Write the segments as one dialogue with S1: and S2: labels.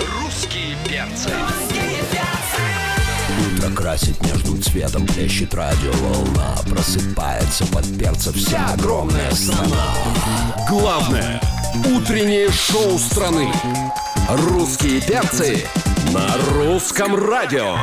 S1: Русские перцы.
S2: Утро красит между цветом, плещет радиоволна Просыпается под перца вся огромная страна
S3: Главное утреннее шоу страны.
S2: Русские перцы
S3: На русском радио.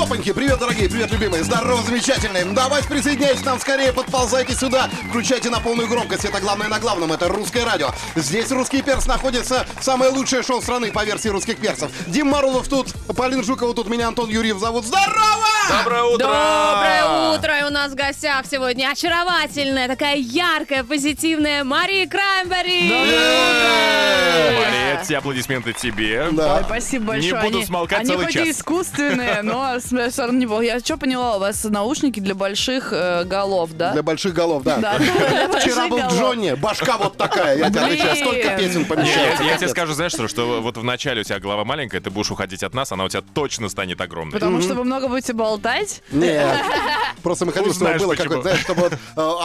S4: Опаньки, привет, дорогие, привет, любимые, здорово, замечательные. Давайте присоединяйтесь к нам скорее, подползайте сюда, включайте на полную громкость. Это главное на главном, это русское радио. Здесь русский перс находится, самое лучшее шоу страны по версии русских персов. Дим Морозов тут, Полин Жукова тут, меня Антон Юрьев зовут. Здорово!
S1: Доброе утро!
S5: Доброе утро! И у нас в гостях сегодня очаровательная, такая яркая, позитивная Мария Краймбери!
S6: Привет, все аплодисменты тебе.
S4: Да.
S7: Ой, спасибо
S6: Не
S7: большое.
S6: буду
S7: они,
S6: смолкать
S7: они
S6: целый
S7: хоть
S6: час.
S7: и искусственные, но с моей стороны не было. Я что поняла, у вас наушники для больших э, голов, да?
S4: Для больших голов, да.
S7: Да, для больших
S4: Вчера был
S7: голов.
S4: Джонни, башка вот такая, я тебе
S7: Блин.
S4: отвечаю, сколько песен
S6: Нет,
S4: помещается.
S6: я тебе скажу, знаешь, что, что вот вначале у тебя голова маленькая, ты будешь уходить от нас, она у тебя точно станет огромной.
S7: Потому что вы много будете болтать.
S4: Нет. Просто мы хотим, чтобы
S6: Узнаешь,
S4: было
S6: почему.
S4: какое-то, знаешь, чтобы вот, э,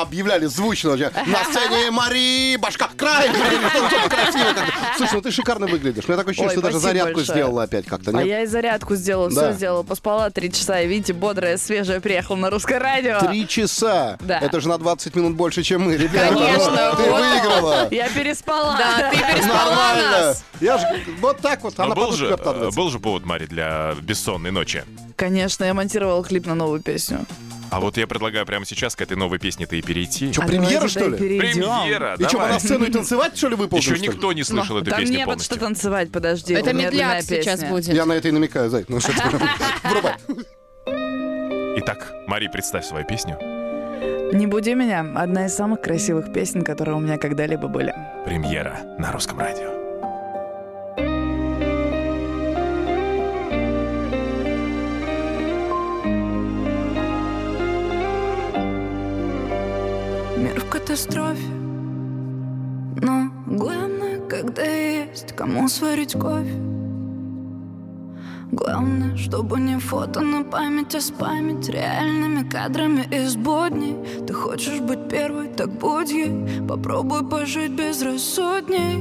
S4: объявляли звучно. вообще. На сцене Мари, башка край. красиво. как-то. Слушай, ну ты шикарно выглядишь. У меня такое ощущение,
S7: Ой,
S4: что даже
S7: спасибо
S4: зарядку
S7: большое.
S4: сделала опять как-то.
S7: А
S4: нет?
S7: я и зарядку сделала,
S4: Да.
S7: все сделала. Поспала три часа, и видите, бодрая, свежая приехала на русское радио.
S4: Три часа.
S7: Да.
S4: Это же на 20 минут больше, чем мы, ребята.
S5: Конечно,
S4: Ты
S5: вот.
S4: выиграла.
S7: Я переспала.
S5: Да, ты переспала
S4: Нормально.
S5: нас!
S4: Я же вот так вот.
S6: Но
S4: Она
S6: был
S4: подушку
S6: же, э,
S4: обтаптывается.
S6: был же повод, Мари, для бессонной ночи.
S7: Конечно, я монтировала клип на новую песню.
S6: А вот я предлагаю прямо сейчас к этой новой песне-то и перейти.
S4: Чё, премьера, что ли?
S6: Премьера,
S4: И что, мы
S6: давай.
S4: на сцену и танцевать, что ли, выползем,
S6: Еще
S4: что ли?
S6: никто
S5: Ну,
S6: не слышал эту
S7: Там
S6: песню
S7: не под что
S6: полностью.
S7: танцевать, подожди.
S5: Это
S7: медленная
S5: медляк сейчас
S7: песня.
S5: будет.
S4: Я на это и намекаю, Зай. Ну что ты? Врубай.
S6: Итак, Мари, представь свою песню.
S7: Не буди меня. Одна из самых красивых песен, которые у меня когда-либо были.
S6: Премьера на русском радио.
S8: Мир в катастрофе Но главное, когда есть Кому сварить кофе Главное, чтобы не фото на память, а с память Реальными кадрами из будней Ты хочешь быть первой, так будь ей Попробуй пожить безрассудней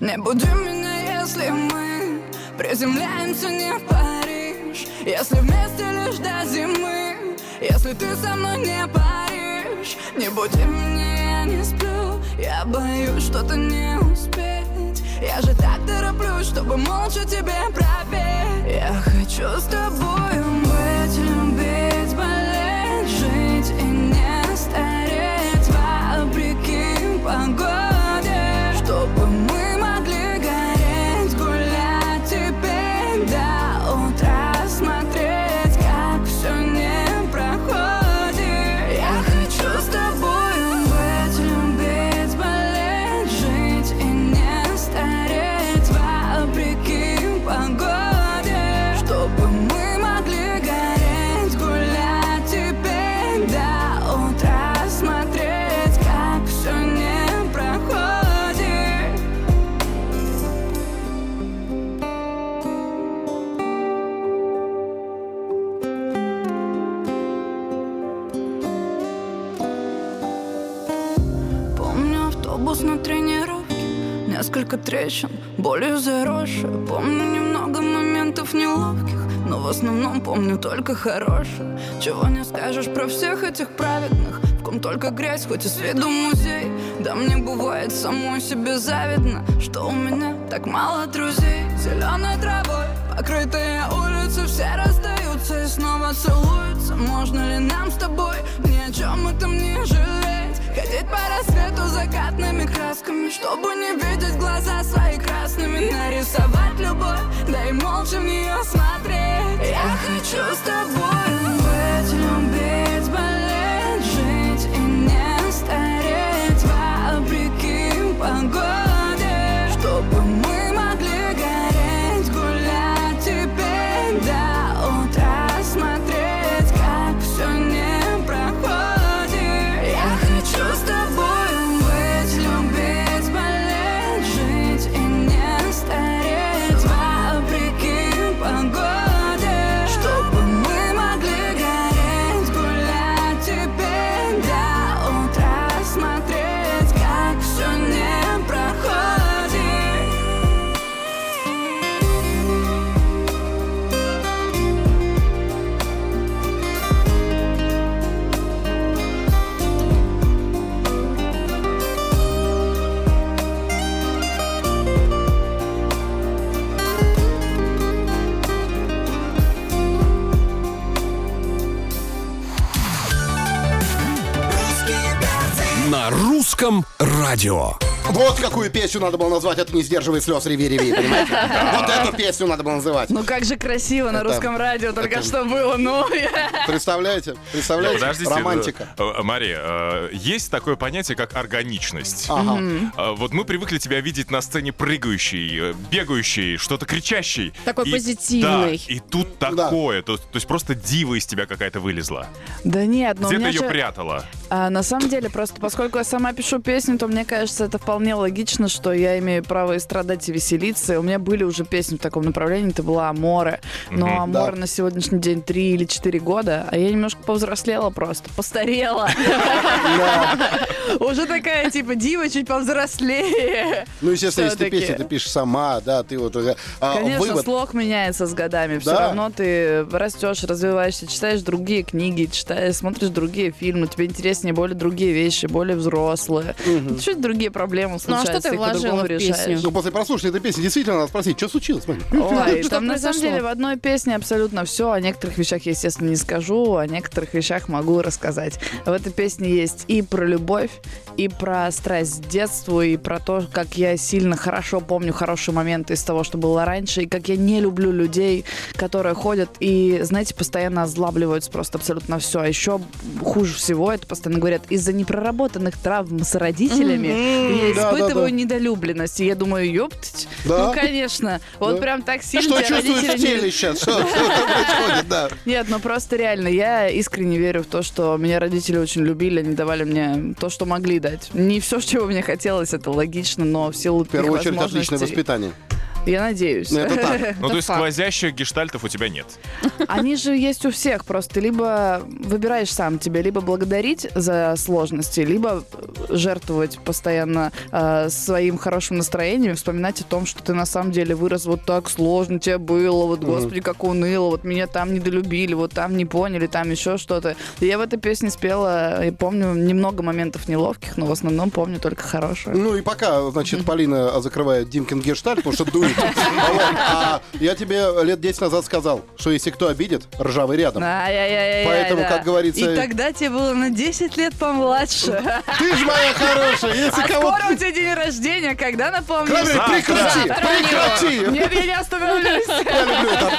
S8: не буди меня, если мы приземляемся не в Париж Если вместе лишь до зимы, если ты со мной не паришь Не буди меня, я не сплю, я боюсь что-то не успеть Я же так тороплюсь, чтобы молча тебе пропеть Я хочу с тобою быть, любить, болеть, жить и не стареть Вопреки погоде, чтобы мы могли гореть, гулять теперь до утра, смотреть, как все не проходит. Я хочу с тобой быть, любить, болеть, жить и не стареть вопреки погоде, чтобы мы могли гореть, гулять теперь до утра, смотреть, как все не проходит. Помню автобус на тренировке Несколько трещин, болью заросшая Помню немного моментов неловких Но в основном помню только хорошее Чего не скажешь про всех этих праведных В ком только грязь, хоть и с виду музей Да мне бывает самой себе завидно Что у меня так мало друзей Зеленой травой покрытые улицы Все расстаются и снова целуются Можно ли нам с тобой ни о чем этом не жалеть Ходить по рассвету закатными красками Чтобы не видеть глаза свои красными Нарисовать любовь, да и молча в нее смотреть Я хочу с тобой быть, любить, болеть Жить и не стареть вопреки погоде Чтобы мы могли гореть, гулять теперь до утра Смотреть, как все не проходит Я хочу с тобой быть, любить, болеть Жить и не стареть вопреки погоде Чтобы мы могли
S2: русском радио.
S4: Вот какую песню надо было назвать, это не сдерживает слез, реви, реви, понимаете? Вот эту песню надо было называть.
S7: Ну как же красиво на русском радио только что было, ну.
S4: Представляете?
S6: Да,
S4: Представляете?
S6: Подождите,
S4: Романтика.
S6: э, э, Мария, э, есть такое понятие, как органичность.
S4: Ага.
S6: Э, Вот мы привыкли тебя видеть на сцене прыгающей, э, бегающей, что-то кричащий.
S5: Такой позитивный.
S6: Да, и тут
S4: Да.
S6: такое. То, то есть просто дива из тебя какая-то вылезла.
S7: Да нет, но у
S6: Где ты
S7: меня
S6: ее
S7: же-
S6: прятала?
S7: А, на самом деле, просто поскольку я сама пишу песню, то мне кажется, это вполне логично, что я имею право и страдать, и веселиться. И у меня были уже песни в таком направлении, это была Амора. Но Амора на сегодняшний день 3 или 4 года, а я немножко повзрослела просто, постарела. Уже такая, типа, дива чуть повзрослее.
S4: Ну, естественно, если ты
S7: Всё-таки.
S4: песни ты пишешь сама, да, ты вот... э, а,
S7: Конечно,
S4: вывод-
S7: слог меняется с годами. Все
S4: Да.
S7: равно ты растешь, развиваешься, читаешь другие книги, читаешь, смотришь другие фильмы, тебе интереснее более другие вещи, более взрослые. Чуть другие проблемы
S5: Ну, а
S7: случаются,
S5: что ты
S7: их
S5: вложила
S7: по-другому
S5: в песню?
S7: решаешь.
S4: Ну, после прослушивания этой песни действительно надо спросить, что случилось, Мария?
S7: Ой,
S5: Что
S7: там на самом
S5: произошло?
S7: деле в одной песне абсолютно все. О некоторых вещах я, естественно, не скажу, о некоторых вещах могу рассказать. В этой песне есть и про любовь, и про страсть к детству, и про то, как я сильно хорошо помню хорошие моменты из того, что было раньше, и как я не люблю людей, которые ходят и, знаете, постоянно озлабливаются просто абсолютно на все. А еще хуже всего, это постоянно говорят, из-за непроработанных травм с родителями я
S4: да, да,
S7: испытываю
S4: да.
S7: недолюбленность. И я думаю, ёптать,
S4: Да.
S7: ну, конечно. Вот
S4: Да.
S7: прям так сильно
S4: Что
S7: тебя
S4: чувствуешь в
S7: родители не-
S4: теле сейчас? Что что там происходит, да?
S7: Нет, ну просто реально, я искренне верю в то, что меня родители очень любили, они давали мне то, что могли дать. Не все, чего мне хотелось, это логично, но в силу
S4: В первую очередь, отличное воспитание.
S7: Я надеюсь.
S4: Это так.
S6: Ну, то есть сквозящих гештальтов у тебя нет.
S7: Они же есть у всех, просто ты либо выбираешь сам тебе, либо благодарить за сложности, либо э, жертвовать постоянно э, своим хорошим настроением, и вспоминать о том, что ты на самом деле вырос вот так сложно тебе было, вот господи, как уныло, вот меня там недолюбили, вот там не поняли, там еще что-то. И Я в этой песне спела, и помню немного моментов неловких, но в основном помню только хорошие.
S4: Ну и пока, значит, Полина закрывает Димкин гештальт, потому что дует. Вот. А я тебе лет 10 назад сказал, что если кто обидит, ржавый рядом.
S7: Ай-яй-яй-яй-яй,
S4: Поэтому, как говорится-
S7: И тогда тебе было на 10 лет помладше.
S4: Ты ж моя хорошая, если
S7: А
S4: кого...
S7: скоро у тебя день рождения, когда напомню?
S4: Кроме, прекрати,
S5: Завтра у него.
S4: прекрати!
S7: Нет, я не остановлюсь.
S4: Я люблю это.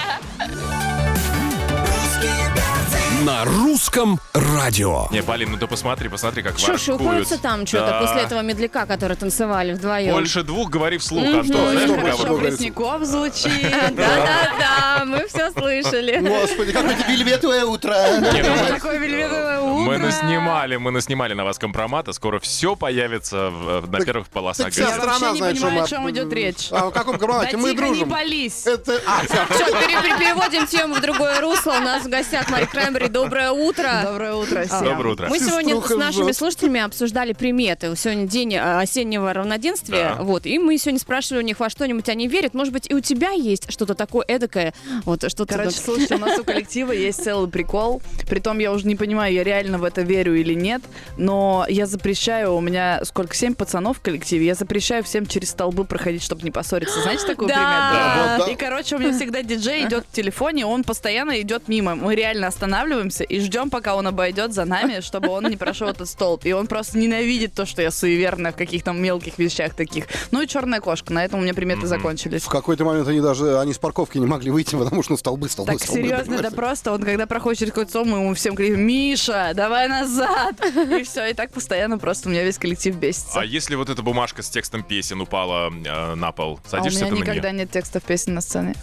S2: На русском радио.
S6: Не, Полин, ну ты посмотри, посмотри, как воркуют.
S5: Шушукаются там что-то
S6: Да.
S5: после этого медляка, который танцевали вдвоем.
S6: Больше двух говори вслух, Антон. Знаешь,
S4: Что
S6: пока
S4: больше
S6: вот-
S4: двух? говорится.
S7: Пресняков звучит.
S5: Да-да-да, мы все слышали.
S4: Господи, какое это вельветовое утро.
S6: Не, ну мы-
S7: Такое вельветовое утро.
S6: Мы наснимали, мы наснимали на вас компромата. Скоро все появится в- в- на первых полосах.
S4: Так вся
S6: газет.
S7: вообще
S4: страна
S7: не
S4: знает, что
S7: понимаю,
S4: мы...
S7: о чем идет речь.
S4: А о каком
S7: Да
S4: громаде? Мы
S7: тихо, не
S4: дружим.
S7: пались.
S4: Это... А, всё.
S5: Все, переводим тему в другое русло. У нас в гостях Мари Краймбери. Доброе утро.
S7: Доброе утро всем.
S6: Доброе утро.
S5: Мы сегодня с
S4: Сеструха
S5: нашими
S4: жжёт.
S5: слушателями обсуждали приметы. Сегодня день э, осеннего равноденствия.
S6: Да.
S5: Вот, и мы сегодня спрашивали у них, во что-нибудь они верят. Может быть, и у тебя есть что-то такое эдакое. Вот что-то.
S7: Короче, слушайте, у нас у коллектива есть целый прикол. Притом я уже не понимаю, я реально в это верю или нет, но я запрещаю, у меня сколько, семь пацанов в коллективе, я запрещаю всем через столбы проходить, чтобы не поссориться. Знаете такую
S5: Да.
S7: примету?
S4: Да, вот да.
S7: И, короче, у меня всегда диджей идет в телефоне, он постоянно идет мимо. Мы реально останавливаемся и ждем, пока он обойдет за нами, чтобы он не прошел этот столб. И он просто ненавидит то, что я суеверная в каких-то мелких вещах таких. Ну и черная кошка, на этом у меня приметы закончились.
S4: В какой-то момент они даже они с парковки не могли выйти, потому что ну, столбы, столбы,
S7: Так
S4: столбы.
S7: серьезно, да
S4: понимаешь?
S7: просто он когда проходит через какой-то дом, мы ему всем кричим, Миша, давай назад! И все, и так постоянно просто у меня весь коллектив бесится.
S6: А если вот эта бумажка с текстом песен упала э, на пол,
S7: А у
S6: садишься
S7: меня
S6: ты на
S7: никогда
S6: нее?
S7: нет текстов песен на сцене.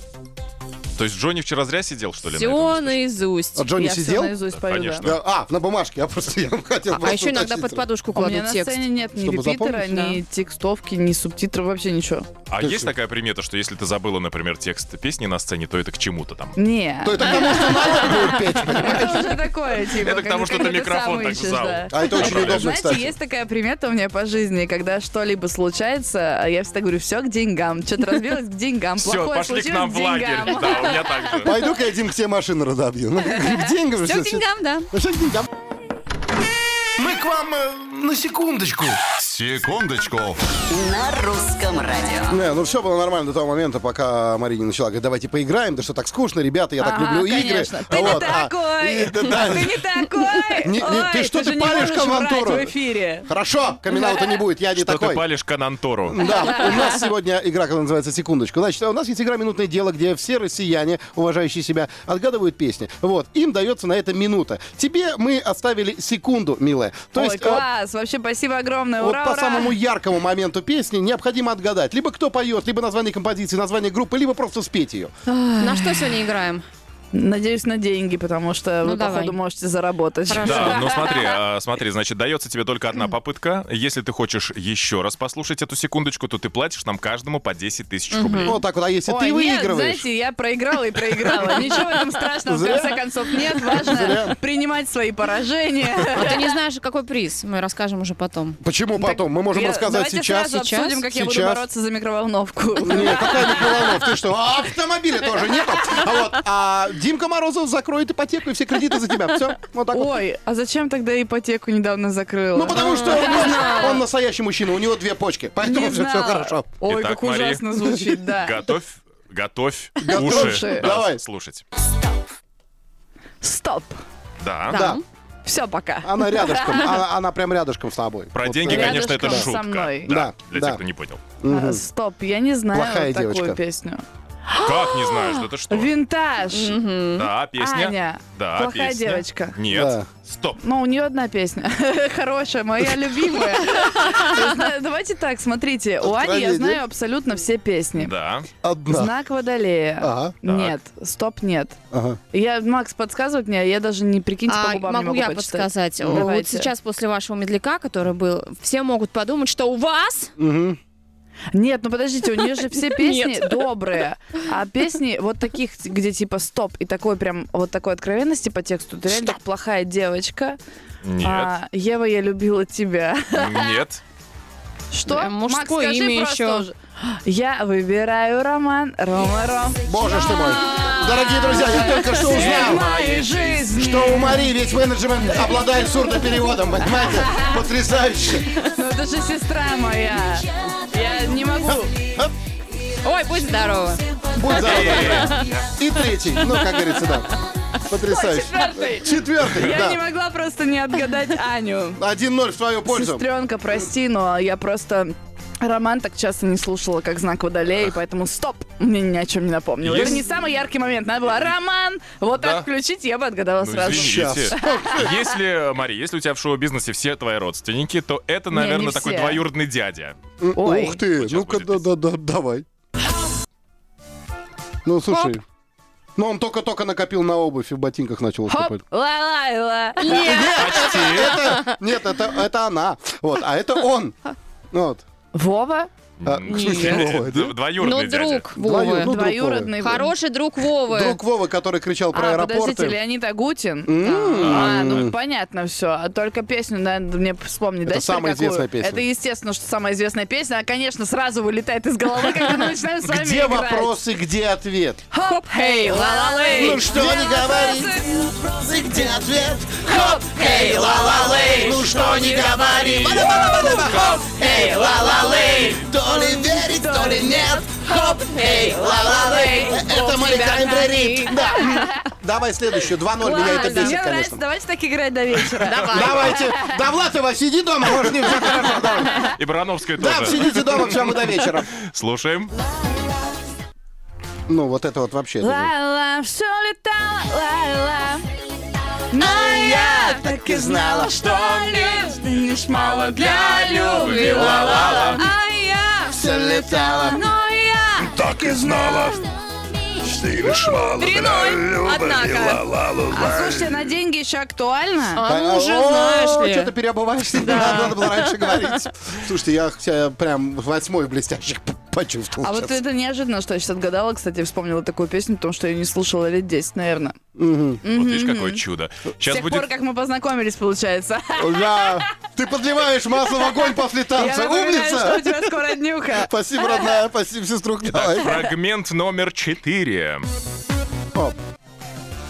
S6: То есть Джонни вчера зря сидел, что ли? на этом?
S7: ну,
S5: Все наизусть.
S4: А Джонни
S7: Я всё
S4: сидел?
S7: наизусть пою,
S6: Конечно.
S7: да.
S4: Да, а, на бумажке, я просто я хотел
S5: А
S4: просто
S5: еще иногда
S4: уточнить.
S5: под подушку
S7: У меня
S5: кладут
S7: на
S5: текст.
S7: сцене нет ни
S4: Чтобы
S7: репитера,
S4: запомнить,
S7: ни текстовки, ни субтитров, вообще ничего.
S6: А есть такая примета, что если ты забыла, например, текст песни на сцене, то это к чему-то там?
S7: Не.
S4: То это к тому, что надо будет петь, понимаешь?
S7: Это уже такое, типа.
S6: Это к тому,
S7: когда-
S6: что ты
S7: когда
S6: микрофон
S7: сам
S6: так
S7: ищешь,
S6: взял.
S7: да.
S4: А это очень
S6: Правильно.
S4: удобно,
S7: Знаете,
S4: кстати.
S7: есть такая примета у меня по жизни, когда что-либо случается, а я всегда говорю, все к деньгам. Что-то разбилось к деньгам.
S6: Все,
S7: Плохое
S6: пошли к
S7: случилось
S6: нам в лагерь.
S7: деньгам.
S6: Да, у меня так же.
S4: Пойду-ка я, Дим, к тебе машину разобью. Ну, к деньгам же всё-
S5: Все к деньгам, да.
S4: Ну, всё к деньгам.
S1: Мы к вам э, на секундочку. Секундочку.
S9: На русском радио.
S4: Не, ну все было нормально до того момента, пока Мария не начала говорить, давайте поиграем, да что так скучно, ребята, я так
S5: Ага,
S4: люблю игры.
S5: конечно. Ты не
S4: Вот, а,
S5: такой!
S4: и- да, да.
S5: Ты не такой!
S4: Не- не-
S5: Ой,
S4: ты что, ты
S5: же не
S4: палишь
S5: можешь врать
S4: командору?
S5: в эфире.
S4: Хорошо, камин-аута не будет, я не
S6: Что ты
S4: такой.
S6: палишь канантору?
S4: Да, у нас сегодня игра, которая называется «Секундочку». Значит, у нас есть игра «Минутное дело», где все россияне, уважающие себя, отгадывают песни. Вот, им дается на это минута. Тебе мы оставили секунду, милая. То
S7: Ой,
S4: есть, э,
S7: класс! Вообще спасибо огромное!
S4: вот
S7: Ура,
S4: по
S7: ура!
S4: самому яркому моменту песни необходимо отгадать. Либо кто поет, либо название композиции, название группы, либо просто спеть ее.
S5: На что сегодня играем?
S7: Надеюсь на деньги, потому что
S5: Ну,
S7: вы,
S5: давай.
S7: походу, можете заработать.
S5: Хорошо.
S6: Да, но смотри, а, смотри, значит, дается тебе только одна попытка. Если ты хочешь еще раз послушать эту секундочку, то ты платишь нам каждому по 10 тысяч рублей.
S4: Вот так вот. А если
S7: Ой,
S4: ты
S7: нет,
S4: выигрываешь...
S7: знаете, я проиграла и проиграла. Ничего в этом страшного, в
S4: Зря.
S7: конце концов, нет. Важно принимать свои поражения.
S5: А ты не знаешь, какой приз? Мы расскажем уже потом.
S4: Почему потом? Мы можем
S7: Я-
S4: рассказать
S7: Давайте
S4: сейчас.
S7: сразу
S5: Сейчас?
S7: обсудим, как я буду
S4: Сейчас. Ну,
S7: бороться за микроволновку.
S4: Нет, какая Миколаев, ты что? А автомобиля тоже нету. А вот, а Димка Морозов закроет ипотеку и все кредиты за тебя. Все, вот так вот.
S7: Ой, а зачем тогда ипотеку недавно закрыла?
S4: Ну, потому что он, он настоящий мужчина, у него две почки, поэтому
S7: Не
S4: все,
S7: знала.
S4: хорошо.
S7: Ой,
S6: Итак,
S7: как
S6: Мария.
S7: ужасно звучит, да.
S6: Готовь, готовь
S4: Готовь.
S6: уши. Да,
S4: Давай.
S6: Слушать.
S7: Стоп.
S6: Да.
S4: Да,
S7: Все, пока.
S4: она рядышком, а, она, она прям рядышком с тобой.
S6: Про
S4: Вот,
S6: деньги,
S4: э,
S6: конечно, это
S7: Рядышком со
S6: шутка.
S7: мной.
S6: Да,
S4: Да,
S6: для
S4: да.
S6: тех, кто не понял.
S7: А, Стоп, я не знаю
S4: Плохая
S7: вот такую
S4: девочка.
S7: песню.
S6: Как не знаешь, да ты что?
S7: Винтаж.
S6: Да, песня.
S7: Аня,
S6: Да,
S7: плохая
S6: песня.
S7: девочка.
S6: Нет.
S4: Да.
S6: Стоп.
S7: Ну, у нее одна песня. Хорошая, моя любимая. Я знаю- Давайте так, смотрите. У Ани я
S4: Откровение.
S7: знаю абсолютно все песни.
S6: Да.
S4: Одна.
S7: Знак Водолея.
S4: Ага.
S7: Нет, стоп, нет.
S4: Ага.
S7: Я, Макс, подсказывает мне, а я даже не, прикиньте, по
S5: А,
S7: губам не
S5: могу
S7: могу
S5: я
S7: почитать.
S5: подсказать?
S7: Ну,
S5: Вот
S7: давайте.
S5: сейчас после вашего медляка, который был, все могут подумать, что у вас
S7: Нет, ну подождите, у нее же все песни
S5: Нет.
S7: добрые, а песни вот таких, где типа стоп и такой прям вот такой откровенности по тексту, ты реально как плохая девочка.
S6: Нет.
S7: А, Ева, я любила тебя.
S6: Нет.
S7: Что?
S5: Э,
S7: Макс,
S5: мужское
S7: скажи
S5: имя
S7: просто
S5: еще.
S7: уже. Я выбираю роман, Рома Ром.
S4: Боже ж ты мой. Дорогие друзья, я только что узнал,
S7: моей жизни.
S4: что у Марии весь менеджмент обладает сурдопереводом, понимаете? Потрясающе.
S7: Ну это же сестра моя. Я не могу.
S5: Ой, будь здорова.
S4: Будь здоров. И третий, ну, как говорится, да. Потрясающе.
S7: Четвертый.
S4: Четвертый,
S7: Я не
S4: да.
S7: могла просто не отгадать Аню.
S4: 1-0 в твою пользу.
S7: Сестренка, прости, но я просто роман так часто не слушала, как знак водолея, и поэтому стоп, мне ни о чем не напомнило.
S6: Есть-
S7: Это не самый яркий момент, надо было роман, вот
S6: Да.
S7: так включить, я бы отгадала
S6: Ну,
S7: сразу.
S6: извините. Если, Мари, если у тебя в шоу-бизнесе все твои родственники, то это,
S7: Не,
S6: наверное,
S7: не
S6: такой
S7: все.
S6: двоюродный дядя.
S7: Ой.
S4: Ух ты,
S6: Вот сейчас
S4: ну-ка,
S6: будет.
S4: да-да-да, давай. Ну, слушай. Ну, он только-только накопил на обувь и в ботинках начал
S7: Хоп,
S4: уступать.
S7: ла-ла-ла.
S4: Это, нет, это, это она. Вот, а это он. Вот.
S7: Вова,
S4: А, в смысле, Вова,
S6: Д-
S4: да?
S5: Ну,
S6: Двоюродный дядя.
S5: друг
S4: Двою-
S5: Вовы.
S4: ну, друг
S7: двоюродный.
S5: Хороший друг Вовы.
S4: Друг Вовы, который кричал про
S7: А, подождите,
S4: аэропорты. М-м.
S7: Леонид Агутин?
S4: М.
S7: А, ну понятно все. А только песню надо мне вспомнить.
S4: Это
S7: да, теперь
S4: самая
S7: какую?
S4: известная песня.
S7: Это естественно, что самая известная песня. Она, конечно, сразу вылетает из головы, когда мы начинаем с вами
S4: Где
S7: играть.
S4: вопросы, где ответ?
S7: Хоп, хей, ла ла
S4: Ну что не говори, где ответ? Хоп, эй, ла-ла-лей. Ну что не говори, хоп, эй, ла-ла-лей. То ли верить, то ли нет, хоп, эй, ла-ла-лей. Это мой таймбрерит, да. Давай следующую, 2-0, меня это
S7: Мне
S4: бесит,
S7: нравится,
S4: конечно.
S7: давайте так играть до вечера.
S4: Давайте, Довлатова, сиди дома, может, не все хорошо, давай.
S6: И Барановская
S4: Да,
S6: тоже.
S4: сидите дома, все, мы до вечера.
S6: Слушаем.
S4: Ну, вот это вот вообще. это
S7: Ла-ла, все летало, ла-ла. Но я так и знала, что лишь ты лишь мало для любви, ла-ла-ла. А я
S4: Все летало.
S7: Но я...
S2: Так и знала, что ты лишь мало
S5: Три-ноль, однако.
S7: А слушайте, на деньги еще актуально?
S5: А ну уже знаешь ли.
S4: Что-то переобуваешься, надо, надо было раньше говорить. Слушайте, я себя прям восьмой в блестящих п- почувствовал
S7: А вот
S4: сейчас.
S7: это неожиданно, что я сейчас отгадала. Кстати, вспомнила такую песню, потому что я не слушала лет 10, наверное.
S6: Вот видишь, какое чудо.
S7: С
S6: Сейчас
S7: тех пор,
S6: будет...
S7: как мы познакомились, получается.
S4: Да. а, Ты подливаешь масло в огонь после
S7: Я
S4: танца.
S7: напоминаю, что у
S4: Умница!
S7: тебя скоро днюха.
S4: Спасибо, родная, спасибо, сестру.
S6: Так,
S4: Давай.
S6: фрагмент номер четыре.
S4: Оп.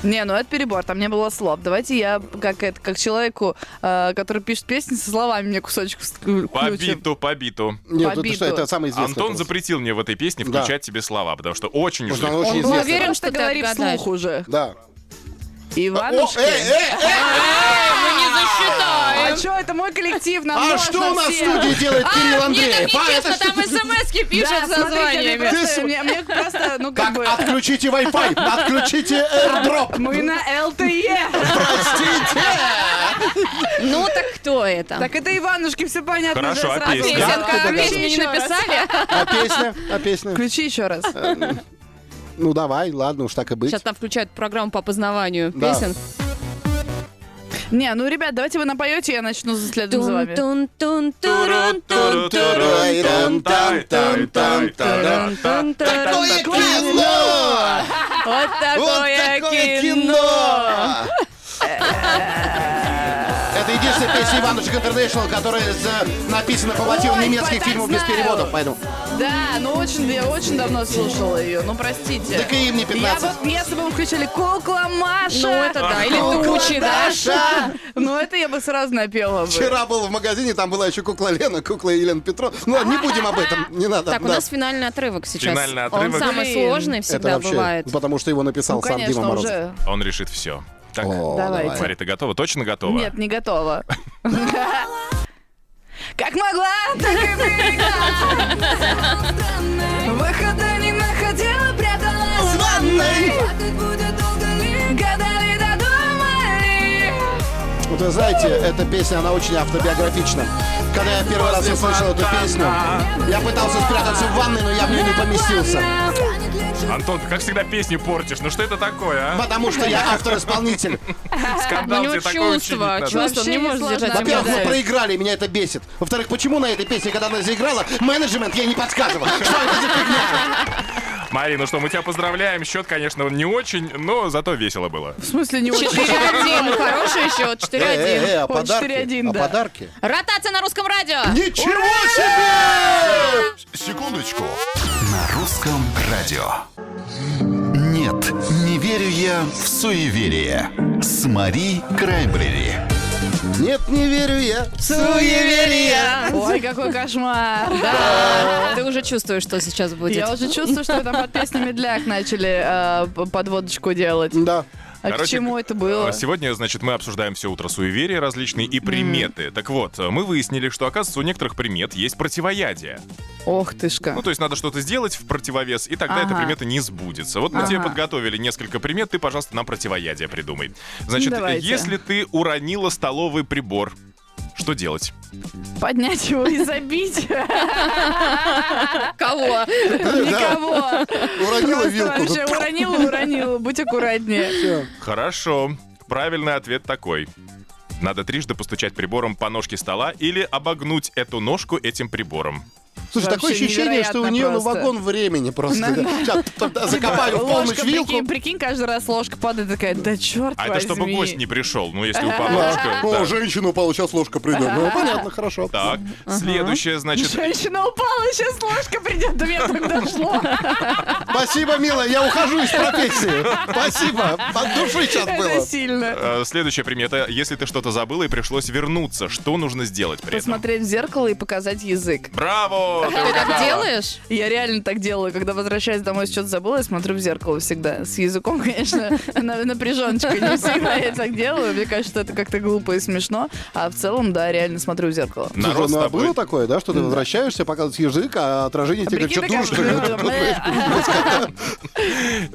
S7: Не, ну это перебор, там не было слов. Давайте я, как это, как человеку, э, который пишет песни со словами, мне кусочек вклю-
S6: По
S7: включим.
S6: биту, по биту.
S4: Нет,
S7: По
S4: это
S7: биту.
S4: что, это самый известный.
S6: Антон
S4: просто.
S6: запретил мне в этой песне
S4: Да.
S6: включать тебе слова, потому что очень уж
S4: Потому что она
S6: легко.
S4: очень
S7: Он был
S4: известный.
S5: уверен,
S7: уверен,
S5: что
S7: что
S5: ты
S7: говори
S5: отгадаешь.
S7: вслух уже.
S4: Да. э,
S7: Иванушки.
S4: О, э, эй, эй, эй!
S5: Мы не засчитаем.
S7: А что, это мой коллектив, нам
S4: А
S7: можно
S4: что у нас в
S7: всем.
S4: студии делает Кирилл
S5: А, нет,
S4: Андреев? А,
S5: это нечестно,
S4: это
S5: там
S4: что?
S5: смс-ки
S7: Да,
S5: пишут со
S7: смотрите, мне
S5: званиями.
S7: просто- мне- мне просто, ну как
S4: Так,
S7: бы...
S4: отключите Wi-Fi, отключите AirDrop.
S7: Мы на ЛТЕ.
S5: Ну так кто это?
S7: Так это Иванушки, все понятно.
S6: Хорошо,
S7: уже
S6: а
S7: сразу.
S6: песня?
S5: Песенка,
S4: Да,
S5: а
S4: да, да.
S5: песню не
S7: Еще раз.
S5: написали?
S4: А песня? А песня?
S7: Включи еще раз.
S4: Ну давай, ладно, уж так и быть.
S5: Сейчас там включают программу по познаванию
S4: Да.
S5: песен.
S7: Не, ну, ребят, давайте вы напоете, я начну за следом за вами.
S5: Тун-тун-тун-турун-тун.
S4: Такое кино!
S5: Вот
S4: Вот
S5: такое
S4: такое
S5: кино.
S4: кино! Это единственная песня Иванушек Интернешнл, которая э, написана по мотивам
S7: Ой,
S4: немецких
S7: так
S4: фильмов без
S7: знаю.
S4: переводов, поэтому...
S7: Да, ну очень, я очень давно слушала ее, ну простите.
S4: Так и им не 15.
S7: Я бы, если бы мы включили «Кукла Маша»,
S5: Ну это да, или
S4: Кукла
S5: тучи, да?
S4: Даша!
S7: ну это я бы сразу напела бы.
S4: Вчера был в магазине, там была еще кукла Лена, кукла Елена Петров. Ну ладно, не будем об этом, не надо.
S5: Так, у
S4: да.
S5: нас финальный отрывок сейчас.
S6: Финальный
S5: Он
S6: отрывок.
S5: самый
S7: Блин.
S5: сложный
S4: Это
S5: всегда
S4: вообще,
S5: бывает.
S4: потому что его написал
S7: Ну,
S4: сам
S7: конечно,
S4: Дима Мороз.
S7: уже.
S6: Он решит все. Так,
S4: О,
S7: Давайте.
S4: давай.
S6: Мария, ты готова? Точно готова?
S7: Нет, не готова. Как могла, так и берегла. Выхода не находила, пряталась в ванной. Плакать будет долго ли, гадали, додумали.
S4: Вот вы знаете, эта песня, она очень автобиографична. Когда я первый раз услышал эту песню, я пытался спрятаться в ванной, но я в нее не поместился.
S6: Антон, ты как всегда песню портишь. Ну что это такое, а?
S4: Потому что я автор-исполнитель.
S5: У
S6: Скандал
S5: него
S6: тебе такой учить
S5: чувства,
S6: надо.
S5: чувства, он
S7: Вообще
S5: не
S7: не
S5: может
S7: сложно.
S5: держать
S4: Во-первых,
S5: себя.
S4: вы проиграли, и меня это бесит. Во-вторых, почему на этой песне, когда она заиграла, менеджмент ей не подсказывал? Что это за фигня?
S6: Мари, ну что, мы тебя поздравляем. Счет, конечно, он не очень, но зато весело было.
S7: В смысле не очень?
S5: 4-1, хороший счет, 4-1.
S4: а
S7: Он 4-1, да.
S4: подарки?
S5: Ротация на русском радио.
S4: Ничего себе!
S1: Секундочку. На русском радио. Нет, не верю я в суеверие. С Мари Краймбрери.
S4: Нет, не верю я.
S5: Суеверия.
S7: Ой, какой кошмар.
S5: Да, А, ты уже чувствуешь, что сейчас будет.
S7: Я уже чувствую, что вы там под песню «Медляк» начали э, п- подводочку делать.
S4: Да.
S7: А к
S6: Короче,
S7: чему это было?
S6: А Сегодня, значит, мы обсуждаем все утро суеверия различные и приметы. Так вот, мы выяснили, что, оказывается, у некоторых примет есть противоядие.
S7: Ох ты ж как.
S6: Ну, то есть надо что-то сделать в противовес, и тогда эта
S7: Ага.
S6: примета не сбудется. Вот мы тебе
S7: Ага.
S6: подготовили несколько примет, ты, пожалуйста, нам противоядие придумай. Значит,
S7: Давайте.
S6: если ты уронила столовый прибор, что делать?
S7: Поднять его и забить
S5: Кого?
S7: никого.
S4: Уронила
S7: Просто
S4: вилку.
S7: вообще уронила, уронила. Будь аккуратнее.
S6: Хорошо. Правильный ответ такой. Надо трижды постучать прибором по ножке стола или обогнуть эту ножку этим прибором.
S4: Слушай, такое
S7: Вообще
S4: ощущение, что у
S7: невероятно
S4: нее ну,
S7: просто.
S4: вагон времени просто. Сейчас тогда закопаю в полночь
S7: Ложка,
S4: вилку.
S7: прикинь, прикинь, каждый раз ложка падает такая, да черт
S6: А
S7: возьми.
S6: это чтобы гость не пришел. Ну, если упала
S4: Да.
S6: ножка.
S4: О,
S6: да.
S4: женщина упала, сейчас ложка придет. Ну, понятно, хорошо.
S6: Так, следующее, значит,
S7: Женщина упала, сейчас ложка придет, до меня так дошло.
S4: Спасибо, милая, я ухожу из профессии. Спасибо, под душой сейчас
S7: Это
S4: было.
S7: сильно.
S6: э, следующая примета. Если ты что-то забыла и пришлось вернуться, что нужно сделать при этом?
S7: Посмотреть в зеркало и показать язык.
S6: Браво!
S5: Ты так
S6: угадала.
S5: делаешь?
S7: Я реально так делаю, когда возвращаюсь домой, что-то забыла, я смотрю в зеркало всегда. С языком, конечно, на- напряженочка не всегда я так делаю. Мне кажется, что это как-то глупо и смешно. А в целом, да, реально смотрю в зеркало.
S6: Народ с
S4: ну а
S6: тобой.
S4: было такое, да, что ты возвращаешься, показываешь язык, а отражение тебе
S7: Прикинь,
S4: что
S7: такая, э, «Бэ».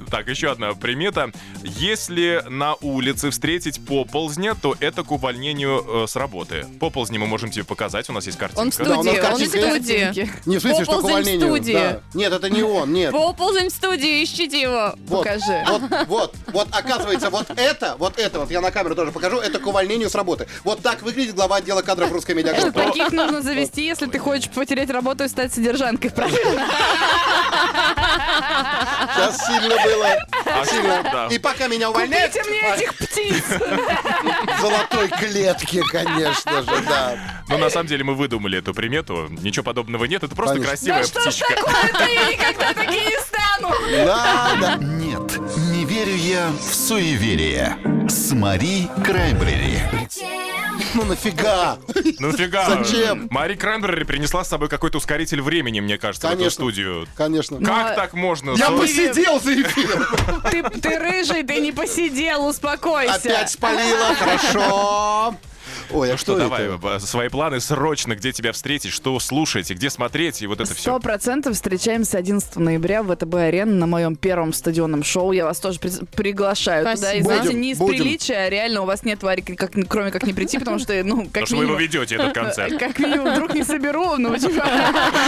S6: Так, еще одна примета. Если на улице встретить поползня, то это к увольнению э, с работы. Поползни мы можем тебе показать, у нас есть картинка.
S5: Он в
S4: у нас
S5: студии, он в
S4: картинка есть.
S5: студии.
S4: Не в смысле, что к
S5: Поползень в
S4: увольнению.
S5: студии.
S4: Да. Нет, это не он, нет.
S5: Поползаем в студии, ищите его.
S4: Вот,
S7: Покажи.
S4: Вот, вот, вот, оказывается, вот это, вот это, вот я на камеру тоже покажу, это к увольнению с работы. Вот так выглядит глава отдела кадров русской медиагруппы.
S7: Таких нужно завести, если ты хочешь потерять работу и стать содержанкой, правильно?
S4: Сейчас сильно было.
S6: А, да.
S4: И пока меня увольняют,
S7: Дайте мне этих птиц!
S4: в золотой клетке, конечно же, да.
S6: Но на самом деле мы выдумали эту примету. Ничего подобного нет, это просто
S4: Конечно.
S6: красивая
S7: Да что ж
S6: птичка.
S7: такое-то я никогда такие не стану!
S4: Да, да.
S1: Нет, не верю верю я в суеверие. С Мари Краймбрери.
S4: Ну нафига?
S6: Ну нафига?
S4: Зачем?
S6: Мари Краймбрери принесла с собой какой-то ускоритель времени, мне кажется, в эту
S4: Конечно.
S6: студию.
S4: Конечно.
S6: Как
S7: а-
S6: так можно?
S4: Я
S6: Ну,
S4: посидел за эфиром.
S7: Ты, ты рыжий, ты не посидел, успокойся.
S4: Опять спалила. Хорошо. Ой, а что
S6: Что, давай,
S4: это?
S6: б- свои планы срочно, где тебя встретить, что слушаете, где смотреть, и вот это
S7: Сто
S6: все.
S7: процентов встречаемся 11 ноября в ВТБ арене на моем первом стадионном шоу. Я вас тоже при- приглашаю туда. И
S4: Спасибо.
S7: знаете,
S4: Будем,
S7: не из
S4: будем.
S7: приличия, а реально у вас нет варика, как, кроме как не прийти, потому что, ну, как
S6: Потому что вы его
S7: минимум-
S6: ведете, этот концерт.
S7: Как минимум, вдруг не соберу, но типа...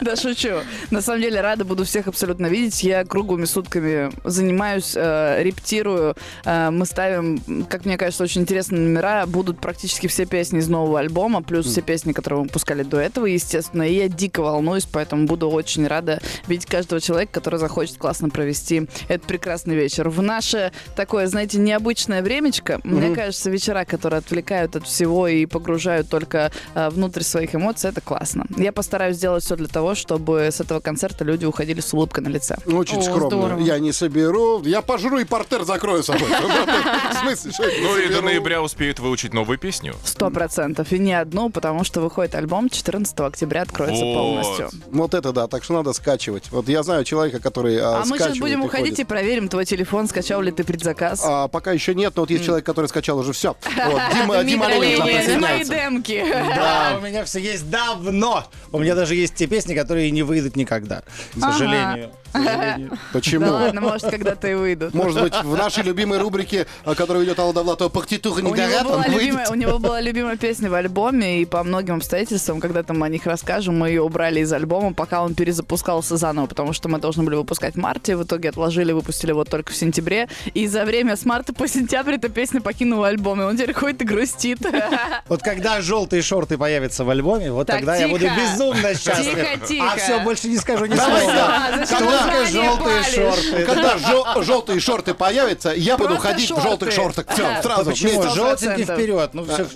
S7: Да, шучу. На самом деле, рада буду всех абсолютно видеть. Я круглыми сутками занимаюсь, э, рептирую. Э, Мы ставим, как мне кажется, очень интересные номера. Будут практически все песни из нового альбома, плюс все песни, которые мы пускали до этого, естественно. И я дико волнуюсь, поэтому буду очень рада видеть каждого человека, который захочет классно провести этот прекрасный вечер. В наше такое, знаете, необычное времечко, мне кажется, вечера, которые отвлекают от всего и погружают только э, внутрь своих эмоций, это классно. Я постараюсь сделать все для того, чтобы с этого концерта люди уходили с улыбкой на лице.
S4: Ну, Очень
S5: О,
S4: скромно.
S5: здорово.
S4: Я не соберу. Я пожру и портер закрою собой. В смысле? что я не
S6: Ну и до
S4: соберу?
S6: ноября успеют выучить новую песню.
S7: Сто процентов. И не одну, потому что выходит альбом 14 октября, откроется
S6: Вот.
S7: полностью.
S4: Вот это да, так что надо скачивать. Вот я знаю человека, который а,
S7: А мы сейчас
S4: скачивает
S7: будем
S4: и
S7: уходить
S4: ходит.
S7: и проверим твой телефон, скачал ли ты предзаказ.
S4: А, пока еще нет, но вот есть человек, который скачал уже все. Вот, Дима, Дима Оленин к нам
S7: Микроленин, мои
S4: присоединяется.
S7: демки.
S10: Да, у меня все есть давно. У меня даже есть те песни, которые не выйдут никогда, к сожалению. К сожалению.
S7: Да
S4: Почему?
S7: ладно, может, когда-то и выйдут.
S4: Может быть, в нашей любимой рубрике, а, которую ведет Алла Довлатова, «Пахтитуха не
S7: У него,
S4: горят», он
S7: была любимая,
S4: выйдет.
S7: у него была любимая песня в альбоме, и по многим обстоятельствам, когда там о них расскажем, мы ее убрали из альбома, пока он перезапускался заново, потому что мы должны были выпускать в марте, в итоге отложили, выпустили вот только в сентябре, и за время с марта по сентябрь эта песня покинула альбом, и он теперь ходит и грустит.
S10: Вот когда желтые шорты появятся в альбоме, вот
S7: Так,
S10: тогда я буду
S7: тихо.
S10: безумно счастлив.
S5: Тихо, тихо.
S10: А все, больше не скажу ни
S4: Давай,
S10: слова.
S4: да.
S7: А, зачем
S4: Когда-
S7: желание
S10: желтые
S7: палишь?
S10: шорты.
S4: А Когда жел- желтые шорты появятся, я буду
S7: Просто
S4: ходить в
S7: шорты.
S4: желтых шортах. Все,
S7: Да.
S4: сразу.
S10: Почему?
S4: вместе.
S10: Желтенький
S7: 100%.
S10: вперед. Ну все.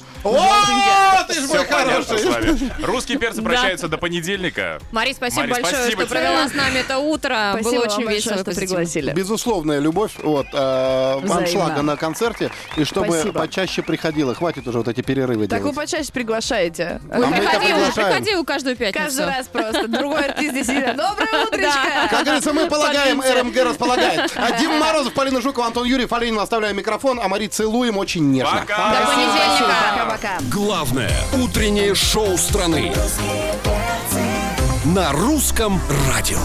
S4: О, ты ж мой
S6: Понятно с
S4: хороший.
S6: вами. Русский перцы прощается до понедельника.
S5: Мари, спасибо
S6: Мари,
S5: большое,
S6: спасибо
S5: что
S6: тебе.
S5: провела с нами это утро.
S7: Спасибо
S5: Было
S7: вам
S5: очень
S7: большое,
S5: весело и
S7: что
S5: позитивно.
S7: пригласили.
S4: Безусловная любовь от э,
S7: Взаимно.
S4: аншлага на концерте. И чтобы
S7: Спасибо.
S4: почаще приходила. Хватит уже вот эти перерывы
S7: Так вы
S4: делать.
S7: почаще приглашаете.
S4: А мы тебя
S5: Приходи, уже,
S4: приглашаем.
S5: приходи у каждую пятницу.
S7: Каждый раз просто. Другой артист здесь сидит. Доброе утречко!
S4: Как говорится, мы полагаем, РМГ располагает. А Дима Морозов, Полина Жукова, Антон Юрьев, Оленин, оставляю микрофон, а Мари целуем очень нежно.
S6: Пока!
S5: До понедельника.
S7: Пока-пока.
S3: Главное утреннее шоу страны. На русском радио.